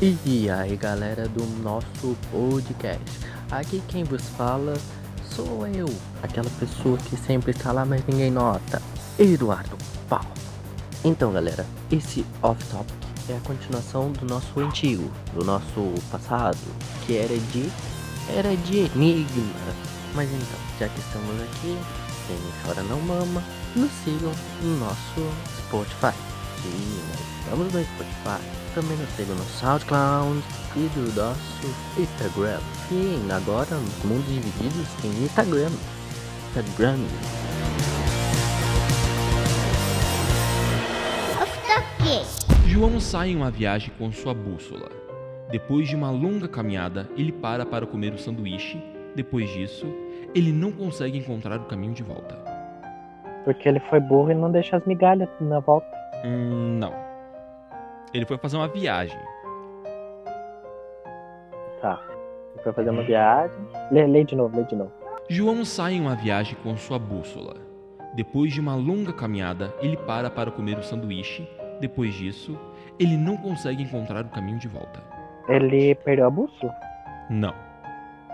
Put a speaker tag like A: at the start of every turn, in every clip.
A: E aí galera do nosso podcast, aqui quem vos fala sou eu, aquela pessoa que sempre tá lá mas ninguém nota, Eduardo Pau. Então galera, esse off topic é a continuação do nosso antigo, do nosso passado, que era de era de enigmas. Mas então, já que estamos aqui, quem chora não mama, nos sigam no nosso Spotify. Sim, nós estamos no Spotify. Também nos sigam no SoundCloud e do nosso Instagram. Sim, agora nos mundos divididos tem Instagram. Instagram.
B: João sai em uma viagem com sua bússola. Depois de uma longa caminhada, ele para para comer o sanduíche. Depois disso, ele não consegue encontrar o caminho de volta.
C: Porque ele foi burro e não deixou as migalhas na volta.
B: Hum, não. Ele foi fazer uma viagem.
C: Tá. Ele foi fazer uma viagem. Lê, lê de novo, lê de novo.
B: João sai em uma viagem com sua bússola. Depois de uma longa caminhada, ele para para comer o sanduíche. Depois disso, ele não consegue encontrar o caminho de volta.
C: Ele perdeu a bússola?
B: Não.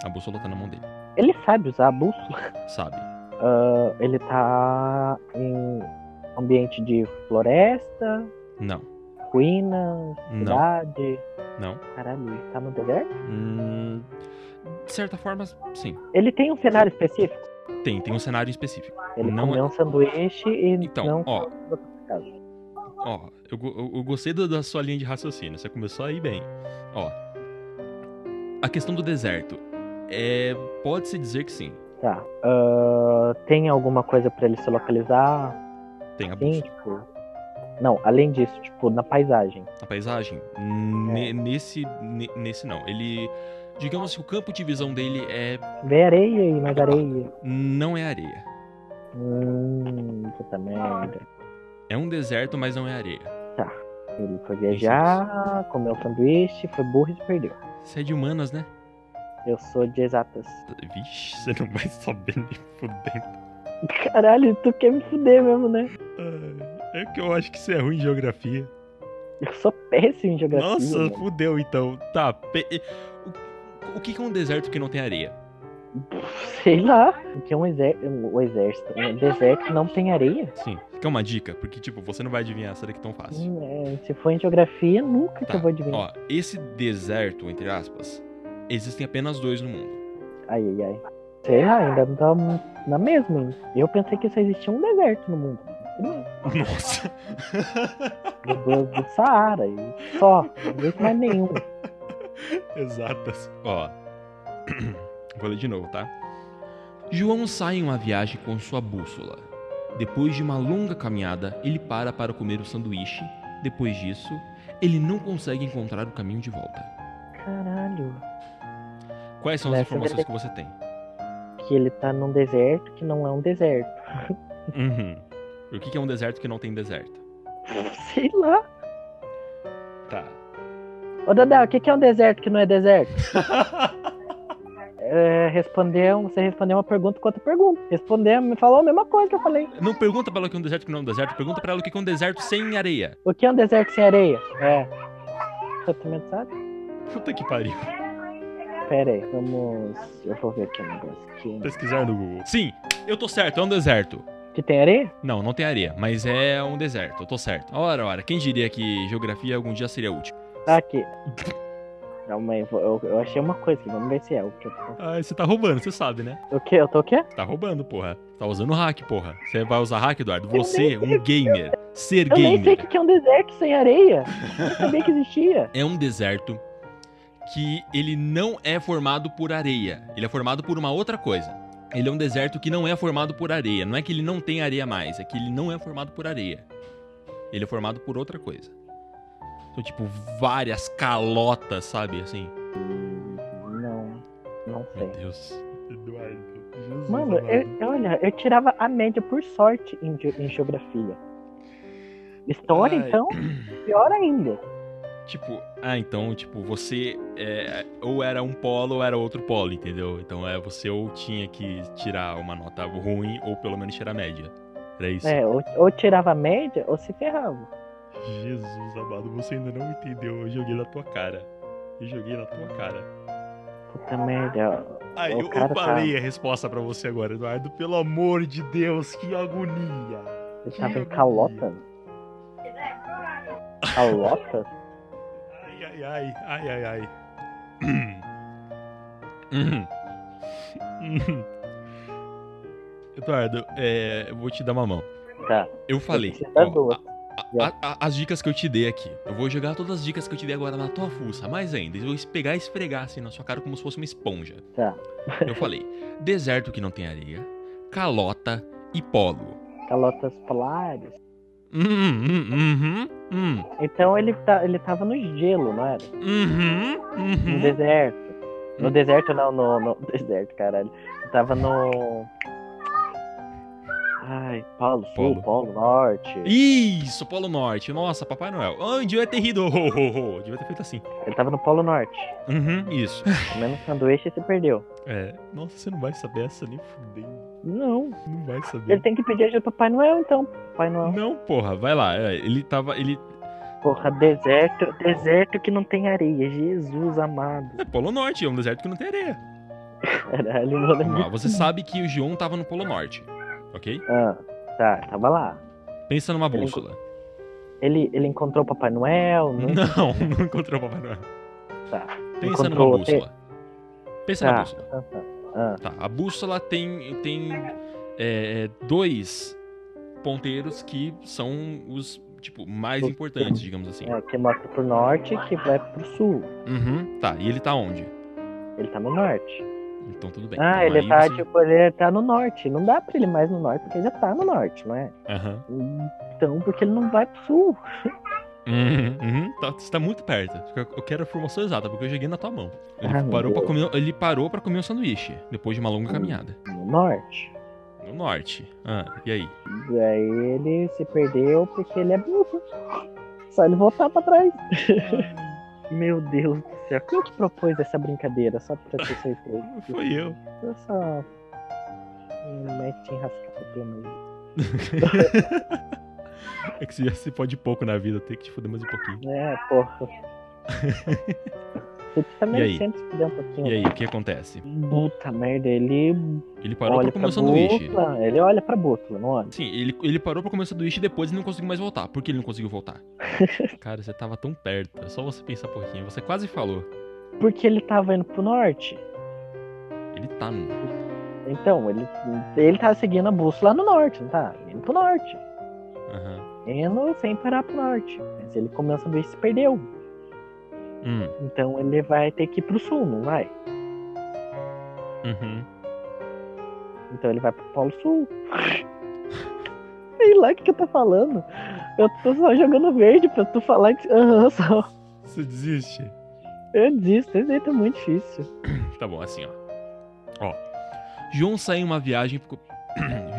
B: A bússola tá na mão dele.
C: Ele sabe usar a bússola.
B: Sabe?
C: Ah, ele tá em ambiente de floresta,
B: Não.
C: ruínas,
B: Não.
C: cidade.
B: Não.
C: Caralho, ele tá no deserto?
B: Hum, de certa forma, sim.
C: Ele tem um cenário específico?
B: Tem, tem um cenário específico.
C: Ele
B: Não é.
C: comeu um sanduíche e
B: Então,
C: não
B: ó.
C: casa.
B: Ó, eu, go- eu, eu gostei da, da sua linha de raciocínio. Você começou aí bem. Ó. A questão do deserto. É. Pode-se dizer que sim.
C: Tá. Ah, tem alguma coisa pra ele se localizar?
B: Tem a
C: Sim,
B: bússola.
C: tipo. Não, além disso, tipo, na paisagem.
B: A paisagem. ne- Nesse. ne- nesse não. Ele. Digamos que o campo de visão dele é.
C: Vê areia e mais areia.
B: Não é areia.
C: Hum,
B: Tá
C: puta merda. Tá.
B: É um deserto, mas não é areia.
C: Ele foi viajar, comeu sanduíche, foi burro e se perdeu.
B: Você é de humanas, né?
C: Eu sou de exatas.
B: Vixe, você não vai saber nem fudendo.
C: Caralho, tu quer me fuder mesmo, né?
B: Ai, É que eu acho que você é ruim em geografia.
C: Eu sou péssimo em geografia.
B: Nossa,
C: mano.
B: fudeu então. Tá. pe- o- O que que é um deserto que não tem areia?
C: Sei lá. Porque um exer... um- o exército. Um deserto não tem areia.
B: Sim. Quer uma dica? Porque, tipo, você não vai adivinhar essa daqui tão fácil.
C: Hum, é, se for em geografia, nunca que
B: Tá.
C: eu vou adivinhar.
B: Ó, esse deserto, entre aspas, existem apenas dois no mundo.
C: Ai, ai, ai. Sei lá, ainda tá na mesma. hein? Eu pensei que só existia um deserto no mundo.
B: Hum. Nossa.
C: O do, do Saara. E só. Não existe mais nenhum.
B: Exatas. Ó. Vou ler de novo, tá? João sai em uma viagem com sua bússola. Depois de uma longa caminhada, ele para para comer o sanduíche. Depois disso, ele não consegue encontrar o caminho de volta.
C: Caralho.
B: Quais são as
C: Nessa
B: informações
C: deve-
B: que você tem?
C: Que ele tá num deserto que não é um deserto.
B: Uhum. O que que é um deserto que não tem deserto?
C: Sei lá.
B: Tá.
C: Ô Dodá, o que que é um deserto que não é deserto? É, respondeu, você respondeu uma pergunta com outra pergunta. Respondeu, me falou a mesma coisa que eu falei.
B: Não pergunta pra ela o que é um deserto que não é um deserto, pergunta pra ela o que que é um deserto sem areia.
C: O que é um deserto sem areia? É. Você também sabe?
B: Puta que pariu.
C: Pera aí, vamos. Eu vou ver aqui um negócio aqui.
B: Pesquisar no Google. Sim, eu tô certo, é um deserto.
C: Que tem areia?
B: Não, não tem areia, mas é um deserto, eu tô certo. Ora, ora, quem diria que geografia algum dia seria útil?
C: Tá aqui. Calma aí, vou- eu, eu achei uma coisa aqui, vamos ver se é o que eu tô.
B: Ai, você tá roubando, você sabe, né?
C: O que? Eu tô o quê?
B: Você tá roubando, porra. Você tá usando hack, porra. Você vai usar hack, Eduardo? Você, um gamer. Ser
C: Eu nem sei o
B: gamer.
C: que que é um deserto sem areia. Eu nem sabia que existia.
B: É um deserto que ele não é formado por areia. Ele é formado por uma outra coisa. Ele é um deserto que não é formado por areia. Não é que ele não tem areia mais, é que ele não é formado por areia. Ele é formado por outra coisa. Então, tipo, várias calotas, sabe? Assim.
C: Não, não
B: Meu
C: sei.
B: Deus. Eduardo. Jesus
C: Mano, eu, eu- olha, eu tirava a média por sorte em, ge- em geografia. História,
B: Ai.
C: então, pior ainda.
B: Tipo, ah, então, tipo, você é, ou era um polo ou era outro polo, entendeu? Então é você ou tinha que tirar uma nota ruim ou pelo menos tirar a média. Era isso.
C: É, ou, ou tirava a média ou se ferrava.
B: Jesus amado, você ainda não entendeu. Eu joguei na tua cara. Eu joguei na tua cara.
C: Puta merda.
B: Aí
C: O
B: eu,
C: cara
B: eu
C: tá-
B: falei a resposta pra você agora, Eduardo. Pelo amor de Deus, que agonia.
C: Eu tava em calota. Calota?
B: Ai, ai, ai, ai, ai, ai. Eduardo, é, eu vou te dar uma mão.
C: Tá.
B: Eu falei.
C: Você tá
B: ó,
C: doido.
B: a- a- a- as dicas que eu te dei aqui. Eu vou jogar todas as dicas que eu te dei agora na tua fuça. Mais ainda, eu vou pegar e esfregar assim na sua cara como se fosse uma esponja.
C: Tá.
B: Eu falei: deserto que não tem areia, calota e polo.
C: Calotas polares.
B: Hum, hum, uhum, hum,
C: Então ele, tá, ele tava no gelo, não era?
B: uhum,
C: No
B: uhum.
C: deserto. No
B: Hum.
C: deserto não, no, no deserto, caralho. Eu tava no. Ai, Polo
B: Polo.
C: Sul, Polo, Norte.
B: Isso, Polo Norte. Nossa, Papai Noel. Ah, devia ter rido. Oh, oh, oh. Devia ter feito assim.
C: Ele tava no Polo Norte.
B: Uhum, isso.
C: Comendo um sanduíche e se perdeu.
B: É, nossa, você não vai saber essa nem fudendo.
C: Não.
B: Não vai saber.
C: Ele tem que pedir ajuda pro Papai Noel, então. Papai Noel.
B: Não, porra, vai lá. É, Ele tava. Ele.
C: Porra, deserto, deserto que não tem areia. Jesus amado.
B: É Polo Norte, é um deserto que não tem areia.
C: Caralho, mano.
B: Vamos lá, você sabe que o Gion tava no Polo Norte, ok?
C: Ah, tá, tava lá.
B: Pensa numa
C: Ele
B: bússola.
C: Ele, ele encontrou o Papai Noel, né?
B: Não, não encontrou o Papai Noel.
C: Tá.
B: Pensa numa
C: Encontrou o quê?
B: bússola. Pensa na
C: Tá.
B: bússola.
C: tá, tá. Ah,
B: Tá, a bússola tem, tem é, dois ponteiros que são os, tipo, mais importantes, digamos assim.
C: é, que mostra pro norte que vai pro sul.
B: Uhum, tá, e ele tá onde?
C: Ele tá no norte.
B: Então tudo bem.
C: Ah,
B: Então,
C: ele
B: aí
C: tá,
B: você-
C: tipo, ele tá no norte. Não dá pra ele mais no norte, porque ele já tá no norte, não é?
B: Aham.
C: Então, porque ele não vai pro sul.
B: Uhum, uhum, tá, você tá muito perto. Eu- Eu quero a formação exata, porque eu joguei na tua mão. Ele,
C: Ah, meu
B: parou, pra
C: Deus.
B: comer, ele parou pra comer um sanduíche, depois de uma longa
C: Hum.
B: caminhada.
C: No norte.
B: No norte. Ah, e aí?
C: Daí ele se perdeu porque ele é burro. Só ele voltar pra trás. Meu Deus do céu. Quem é que propôs essa brincadeira? Só pra ter certeza.
B: Foi eu.
C: Eu só. um Me mete enrascada pelo meio.
B: É que você já se pode pouco na vida, tem que te foder mais um pouquinho.
C: É, porra. Você
B: E
C: também
B: aí?
C: sempre se deu um pouquinho.
B: E aí, o que acontece?
C: Puta merda, ele
B: Ele parou
C: olha
B: pra comer
C: pra
B: um sanduíche.
C: bússola. Ele olha pra bússola, não olha?
B: Sim, ele, ele parou pra comer o sanduíche e depois ele não conseguiu mais voltar. Por que ele não conseguiu voltar? Cara, você tava tão perto. É só você pensar um pouquinho. Você quase falou.
C: Porque ele tava indo pro norte.
B: Ele tá no.
C: Então, ele, ele tava seguindo a bússola no norte, não tá? Indo pro norte.
B: Aham.
C: Indo sem parar pro norte. Mas ele comeu o sanduíche e se perdeu.
B: Hum,
C: Então ele vai ter que ir pro sul, não vai?
B: uhum.
C: Então ele vai pro Polo Sul. Sei lá o que, que eu tô falando. Eu tô só jogando verde pra tu falar que. Aham, só.
B: Você desiste?
C: Eu desisto, esse jeito é muito difícil.
B: Tá bom, assim, ó. Ó. John sai em uma viagem. co-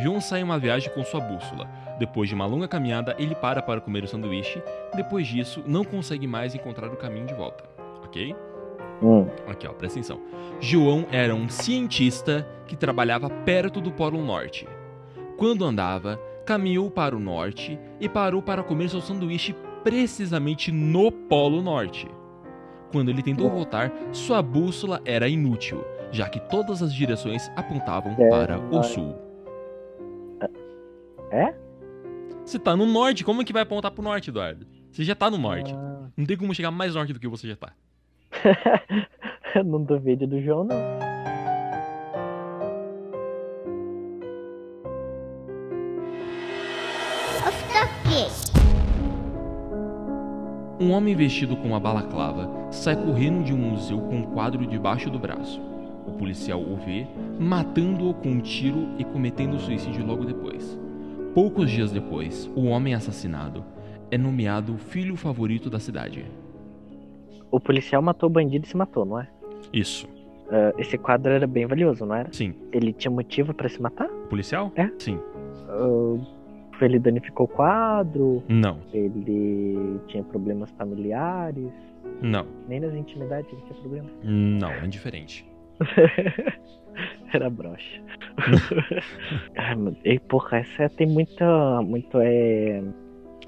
B: John sai em uma viagem com sua bússola. Depois de uma longa caminhada, ele para para comer o sanduíche. Depois disso, não consegue mais encontrar o caminho de volta. Ok? Aqui, ó, presta atenção. João era um cientista que trabalhava perto do Polo Norte. Quando andava, caminhou para o norte e parou para comer seu sanduíche precisamente no Polo Norte. Quando ele tentou
C: Hum.
B: voltar, sua bússola era inútil, já que todas as direções apontavam
C: É,
B: para o
C: vai.
B: sul.
C: É?
B: Você tá no norte, como é que vai apontar pro norte, Eduardo? Você já tá no norte.
C: Ah,
B: Não tem como chegar mais norte do que você já tá.
C: não duvide do João, não.
B: Um homem vestido com uma balaclava sai correndo de um museu com um quadro debaixo do braço. O policial o vê, matando-o com um tiro e cometendo suicídio logo depois. Poucos dias depois, o homem assassinado é nomeado filho favorito da cidade.
C: O policial matou o bandido e se matou, não é?
B: Isso.
C: Ah, esse quadro era bem valioso, não era?
B: Sim.
C: Ele tinha motivo pra se matar?
B: Policial?
C: É?
B: Sim.
C: Ah, ele danificou o quadro,
B: Não.
C: ele tinha problemas familiares,
B: Não.
C: nem nas intimidades ele tinha problema.
B: Não, é diferente.
C: Era broxa. Ai, meu- e, porra, essa tem muita. Muito é.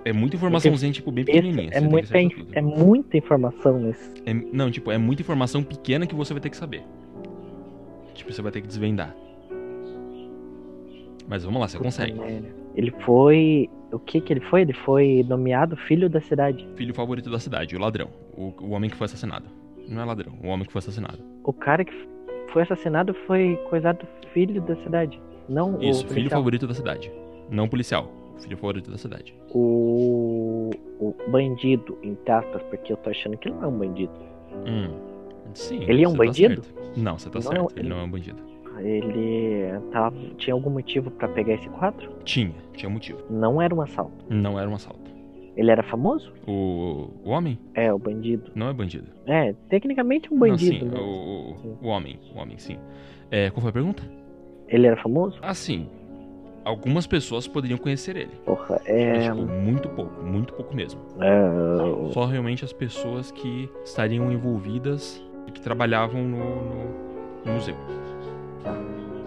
B: É muita informaçãozinha, tipo, bem pequenininha. você tem
C: É
B: que
C: muita,
B: acertar
C: in-
B: tudo.
C: é muita informação nesse.
B: É- não, tipo, é muita informação pequena que você vai ter que saber. Tipo, você vai ter que desvendar. Mas vamos lá, você consegue.
C: Puta merda. Ele foi. O que que ele foi? Ele foi nomeado filho da cidade.
B: Filho favorito da cidade, o ladrão. O, o homem que foi assassinado. Não é ladrão, o homem que foi assassinado.
C: O cara que foi assassinado foi coisado filho da cidade. Não
B: Isso,
C: o
B: filho
C: policial.
B: favorito da cidade. Não policial. Filho favorito da cidade.
C: O, o bandido, em aspas, porque eu tô achando que ele não é um bandido.
B: Hum. Sim.
C: Ele é um
B: você tá
C: bandido?
B: certo. Não, você tá
C: Não,
B: certo.
C: não,
B: ele...
C: ele-
B: não é um bandido.
C: Ele tava, tinha algum motivo pra pegar esse quadro?
B: Tinha, tinha motivo.
C: Não era um assalto.
B: Não era um assalto.
C: Ele era famoso?
B: O, o homem
C: É, o bandido.
B: não é bandido.
C: É, tecnicamente um bandido.
B: não, sim,
C: né?
B: o, o-
C: Sim.
B: o homem. O homem, sim. É, qual foi a pergunta?
C: Ele era famoso?
B: Assim, algumas pessoas poderiam conhecer ele.
C: Porra,
B: Mas,
C: é.
B: tipo, muito pouco, muito pouco mesmo.
C: é,
B: Só realmente as pessoas que estariam envolvidas e que trabalhavam no, no- no museu.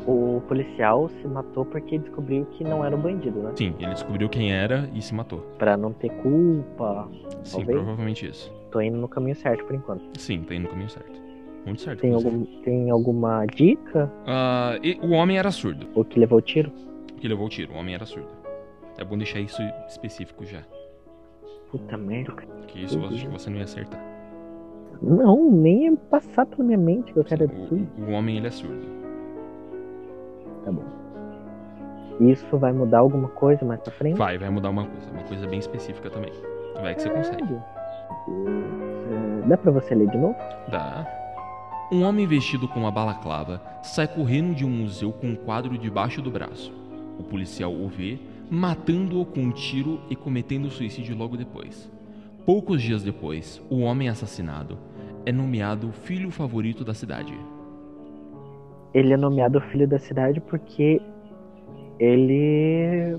C: o policial se matou porque descobriu que não era um bandido, né?
B: Sim, ele descobriu quem era e se matou.
C: Pra não ter culpa.
B: Sim,
C: Talvez.
B: provavelmente isso.
C: Tô indo no caminho certo por enquanto.
B: Sim, tá indo no caminho certo. Muito certo.
C: Tem,
B: inclusive.
C: algum, tem alguma dica?
B: Ah, e o homem era surdo,
C: O que levou o tiro?
B: que levou o tiro. O homem era surdo. É bom deixar isso específico já.
C: Puta merda, cara.
B: Porque isso eu acho que você não ia acertar.
C: Não, nem ia passar pela minha mente que eu quero absurdo.
B: O, o homem, ele é surdo.
C: Tá bom. Isso vai mudar alguma coisa mais pra frente?
B: Vai, vai mudar uma coisa. Uma coisa bem específica também. Vai que você consegue.
C: Caralho. Eh, Dá pra você ler de novo?
B: Dá. Um homem vestido com uma balaclava sai correndo de um museu com um quadro debaixo do braço. O policial o vê, matando-o com um tiro e cometendo suicídio logo depois. Poucos dias depois, o homem assassinado é nomeado filho favorito da cidade.
C: Ele é nomeado filho da cidade porque ele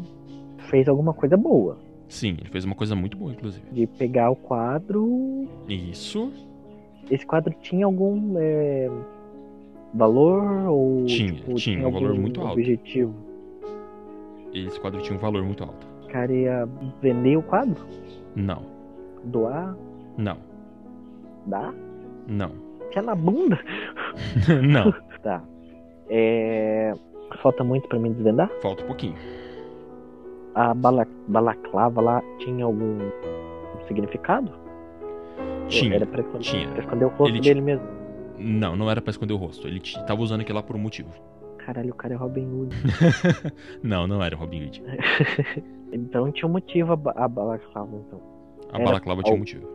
C: fez alguma coisa boa.
B: Sim, ele fez uma coisa muito boa, inclusive.
C: De pegar o quadro.
B: Isso
C: Esse quadro tinha algum eh, valor ou.
B: Tinha,
C: tipo,
B: tinha um valor
C: algum
B: muito alto.
C: objetivo.
B: esse quadro tinha um valor muito alto.
C: O cara ia vender o quadro?
B: Não,
C: Doar?
B: não,
C: Dar?
B: não,
C: Tinha na bunda?
B: não.
C: Tá. É, Falta muito pra mim desvendar?
B: Falta um pouquinho.
C: A bala... balaclava lá tinha algum significado?
B: Tinha.
C: Era pra esconder,
B: tinha.
C: pra esconder o rosto
B: Ele ti-
C: dele mesmo.
B: Não, não era pra esconder o rosto. Ele t- tava usando aquilo lá por um motivo.
C: Caralho, o cara é Robin Hood.
B: Não, não era o Robin Hood.
C: Então tinha um motivo a, ba- a balaclava, então.
B: A
C: Era-
B: balaclava tinha um
C: Au.
B: motivo.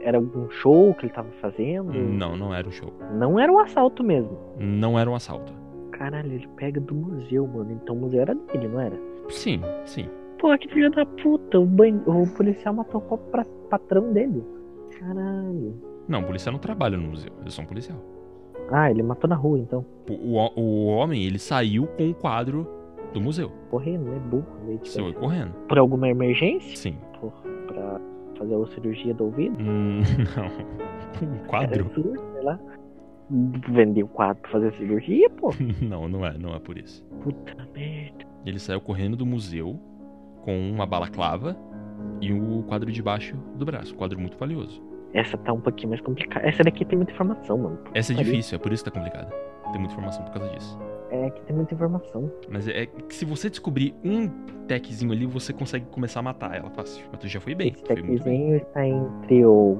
C: Era algum show que ele tava fazendo?
B: Não, não era um show.
C: Não era um assalto mesmo.
B: Não era um assalto.
C: Caralho, ele pega do museu, mano. Então o museu era dele, não era?
B: Sim, sim.
C: Pô, que filho da puta. O, ban- o policial matou o próprio pra- patrão dele. Caralho.
B: Não, o policial não trabalha no museu. Eu sou um policial.
C: Ah, ele matou na rua, então.
B: O, o, o homem, ele saiu com o quadro do museu.
C: Correndo, né? Burro, né? Tipo,
B: Saiu correndo.
C: Por alguma emergência?
B: Sim.
C: Pra fazer a cirurgia do ouvido?
B: Hum, não. Um
C: Era
B: quadro?
C: surdo, sei lá. Vender o quadro pra fazer cirurgia, pô.
B: Não, não é. Não é por isso.
C: Puta merda.
B: Ele saiu correndo do museu com uma balaclava e o quadro debaixo do braço. Quadro muito valioso.
C: Essa tá um pouquinho mais complicada. Essa daqui tem muita informação, mano.
B: Essa é
C: Aí.
B: difícil, é por isso que tá complicada. Tem muita informação por causa disso.
C: É que tem muita informação.
B: Mas é que se você descobrir um techzinho ali, você consegue começar a matar ela fácil. Mas tu já foi bem.
C: Esse
B: tu foi muito bem.
C: techzinho está tá entre o.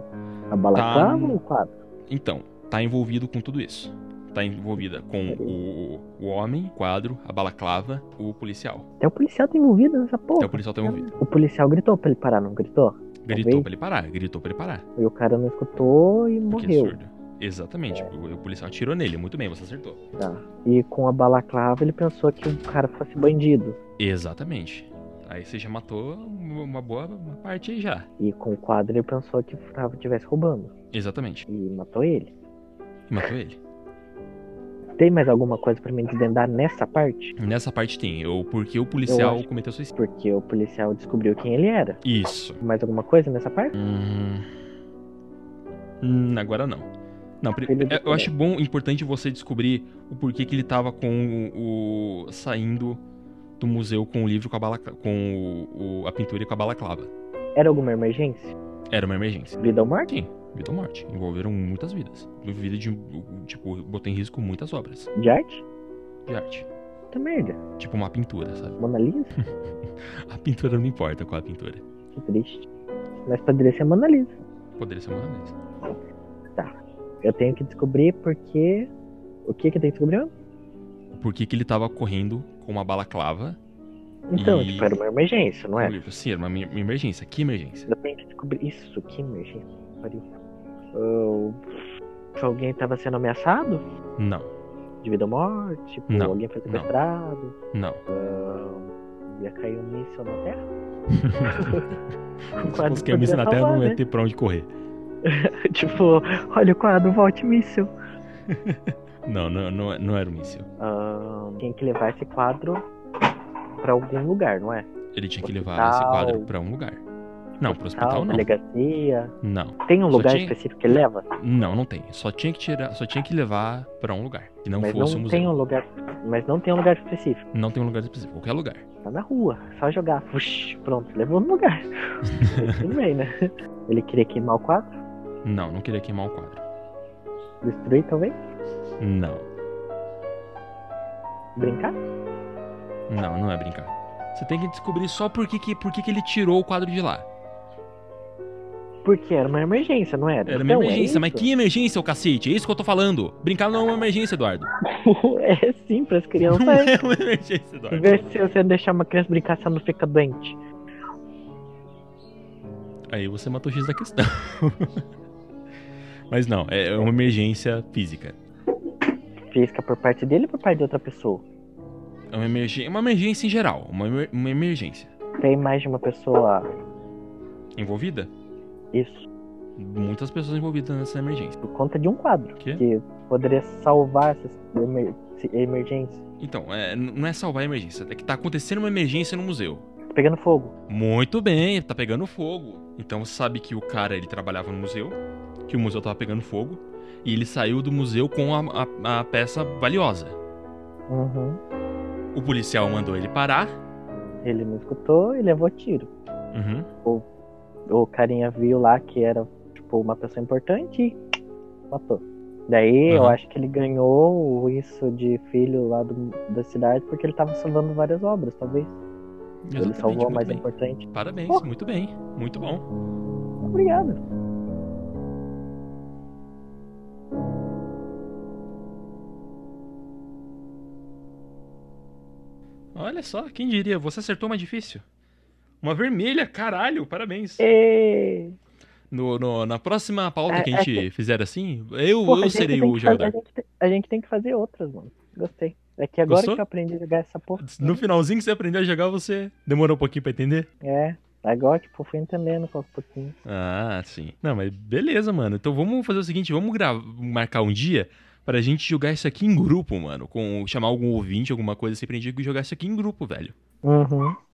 C: A balaclava
B: Tá.
C: ou o quadro?
B: Então, tá envolvido com tudo isso. Tá envolvida com o, o homem, o quadro, a balaclava, o policial.
C: Até o policial tá envolvido nessa
B: Até
C: porra.
B: o policial tá envolvido.
C: O policial gritou pra ele parar, não gritou?
B: Gritou pra ele parar, gritou pra ele parar.
C: E o cara não escutou e
B: Porque
C: morreu. É.
B: é surdo. Exatamente. O, o policial atirou nele. Muito bem, você acertou.
C: Tá. E com a balaclava ele pensou que o cara fosse bandido.
B: Exatamente. Aí você já matou uma uma boa uma parte aí já.
C: E com o quadro ele pensou que o Flávio estivesse roubando.
B: Exatamente.
C: E matou ele.
B: E matou ele.
C: Tem mais alguma coisa pra mim desvendar nessa parte?
B: Nessa parte tem o porquê o policial
C: acho-
B: cometeu suicídio.
C: Porque o policial descobriu quem ele era.
B: Isso.
C: Mais alguma coisa nessa parte?
B: Hum... Hum, agora não. Não, pri-
C: Filho do
B: é, eu
C: Coronel.
B: acho bom, importante você descobrir o porquê que ele tava com o, o- saindo do museu com o livro com a bala, com o- o- a pintura e com a balaclava.
C: Era alguma emergência?
B: Era uma emergência.
C: Vida ou morte?
B: Sim, vida ou morte. Envolveram muitas vidas. Vida de. Tipo, botou em risco muitas obras
C: De arte?
B: de arte.
C: Puta merda.
B: Tipo uma pintura, sabe?
C: Mona Lisa?
B: A pintura não importa qual a pintura.
C: Que triste. Mas poderia ser Mona Lisa.
B: Poderia ser uma mesmo.
C: Eu tenho que descobrir porque. O que que eu tenho que descobrir?
B: Por que, que ele tava correndo com uma balaclava
C: Então,
B: E-
C: tipo, era uma emergência, não
B: no
C: era?
B: livro? Sim, era uma me- uma emergência. Que emergência?
C: Eu tenho que descobrir. Isso, que emergência. Pariu. Oh, se alguém tava sendo ameaçado?
B: Não,
C: De vida ou morte? Tipo,
B: Não,
C: alguém foi
B: não.
C: sequestrado?
B: não.
C: Ah, ia cair um míssil na Terra? Um
B: Se fosse camisa na terra,
C: né?
B: não ia ter pra onde correr.
C: ter. tipo, olha o quadro, volte míssil.
B: Não, não, não, não era um míssil.
C: Ahn, tem que levar esse quadro pra algum lugar, não é?
B: Ele tinha que levar esse
C: Hospital. tá
B: quadro pra um lugar. Não, pro hospital Ah, então não.
C: Delegacia.
B: Não,
C: Tem um
B: Só
C: lugar
B: tinha-
C: específico que leva?
B: não, não tem. Só tinha que tirar, só tinha que levar pra um lugar que não
C: mas
B: fosse um
C: não
B: museu.
C: tem um lugar. Mas não tem um lugar específico.
B: Não tem um lugar específico, qualquer lugar.
C: Tá na rua, só jogar. Puxa, pronto, levou no lugar. Tudo bem, né? Ele queria queimar o quadro,
B: Não, não queria queimar o quadro.
C: destruir talvez,
B: Não,
C: brincar.
B: não, não é brincar. Você tem que descobrir só por que, que, por que, que ele tirou o quadro de lá.
C: Porque era uma emergência, não era?
B: Era uma
C: Então, é
B: emergência, mas
C: isso.
B: que emergência, ô cacete? É isso que eu tô falando. Brincar não é uma emergência, Eduardo.
C: é sim, pras crianças.
B: Não é uma emergência,
C: Em
B: Eduardo.
C: vez de você deixar uma criança brincar, se ela não fica doente.
B: Aí você matou o X da questão. Mas não, é uma emergência física.
C: Física por parte dele ou por parte de outra pessoa?
B: É uma emergência, uma emergência em geral, uma, emer- uma emergência.
C: Tem mais de uma pessoa.
B: Envolvida?
C: Isso,
B: Muitas pessoas envolvidas nessa emergência.
C: por conta de um quadro.
B: Quê?
C: Que poderia salvar essa emer- essa emergência.
B: Então, é, n- não é salvar a emergência, é que tá acontecendo uma emergência no museu.
C: Tá pegando fogo.
B: Muito bem, tá pegando fogo. Então você sabe que o cara ele trabalhava no museu, que o museu tava pegando fogo, e ele saiu do museu com a- a- a peça valiosa.
C: Uhum.
B: O policial mandou ele parar.
C: Ele não escutou e levou tiro.
B: Uhum.
C: O carinha viu lá que era, tipo, uma pessoa importante e matou. Daí eu
B: Uhum.
C: acho que ele ganhou isso de filho lá do- da cidade porque ele tava salvando várias obras, talvez. ele
B: Exatamente,
C: salvou a
B: muito
C: mais um
B: bem.
C: importante.
B: Parabéns,
C: Porra.
B: muito bem. Muito bom.
C: Obrigado.
B: Olha só, quem diria, você acertou mais difícil. Uma vermelha, caralho, parabéns.
C: E...
B: No, no- na próxima pauta
C: É,
B: que a
C: é
B: gente fizer assim, eu,
C: Porra,
B: eu
C: a gente
B: serei
C: tem
B: o
C: que fazer-
B: jogador.
C: A gente, tem- a gente tem que fazer outras, mano. Gostei. É que agora
B: Gostou?
C: que eu aprendi a jogar essa porra.
B: No finalzinho que você aprendeu a jogar, você demorou um pouquinho pra entender?
C: É. Agora, tipo, fui entendendo com um pouquinho.
B: Ah, sim. Não, mas beleza, mano. Então vamos fazer o seguinte, vamos gravar, marcar um dia pra gente jogar isso aqui em grupo, mano. Com chamar algum ouvinte, alguma coisa assim, pra gente jogar isso aqui em grupo, velho.
C: Uhum.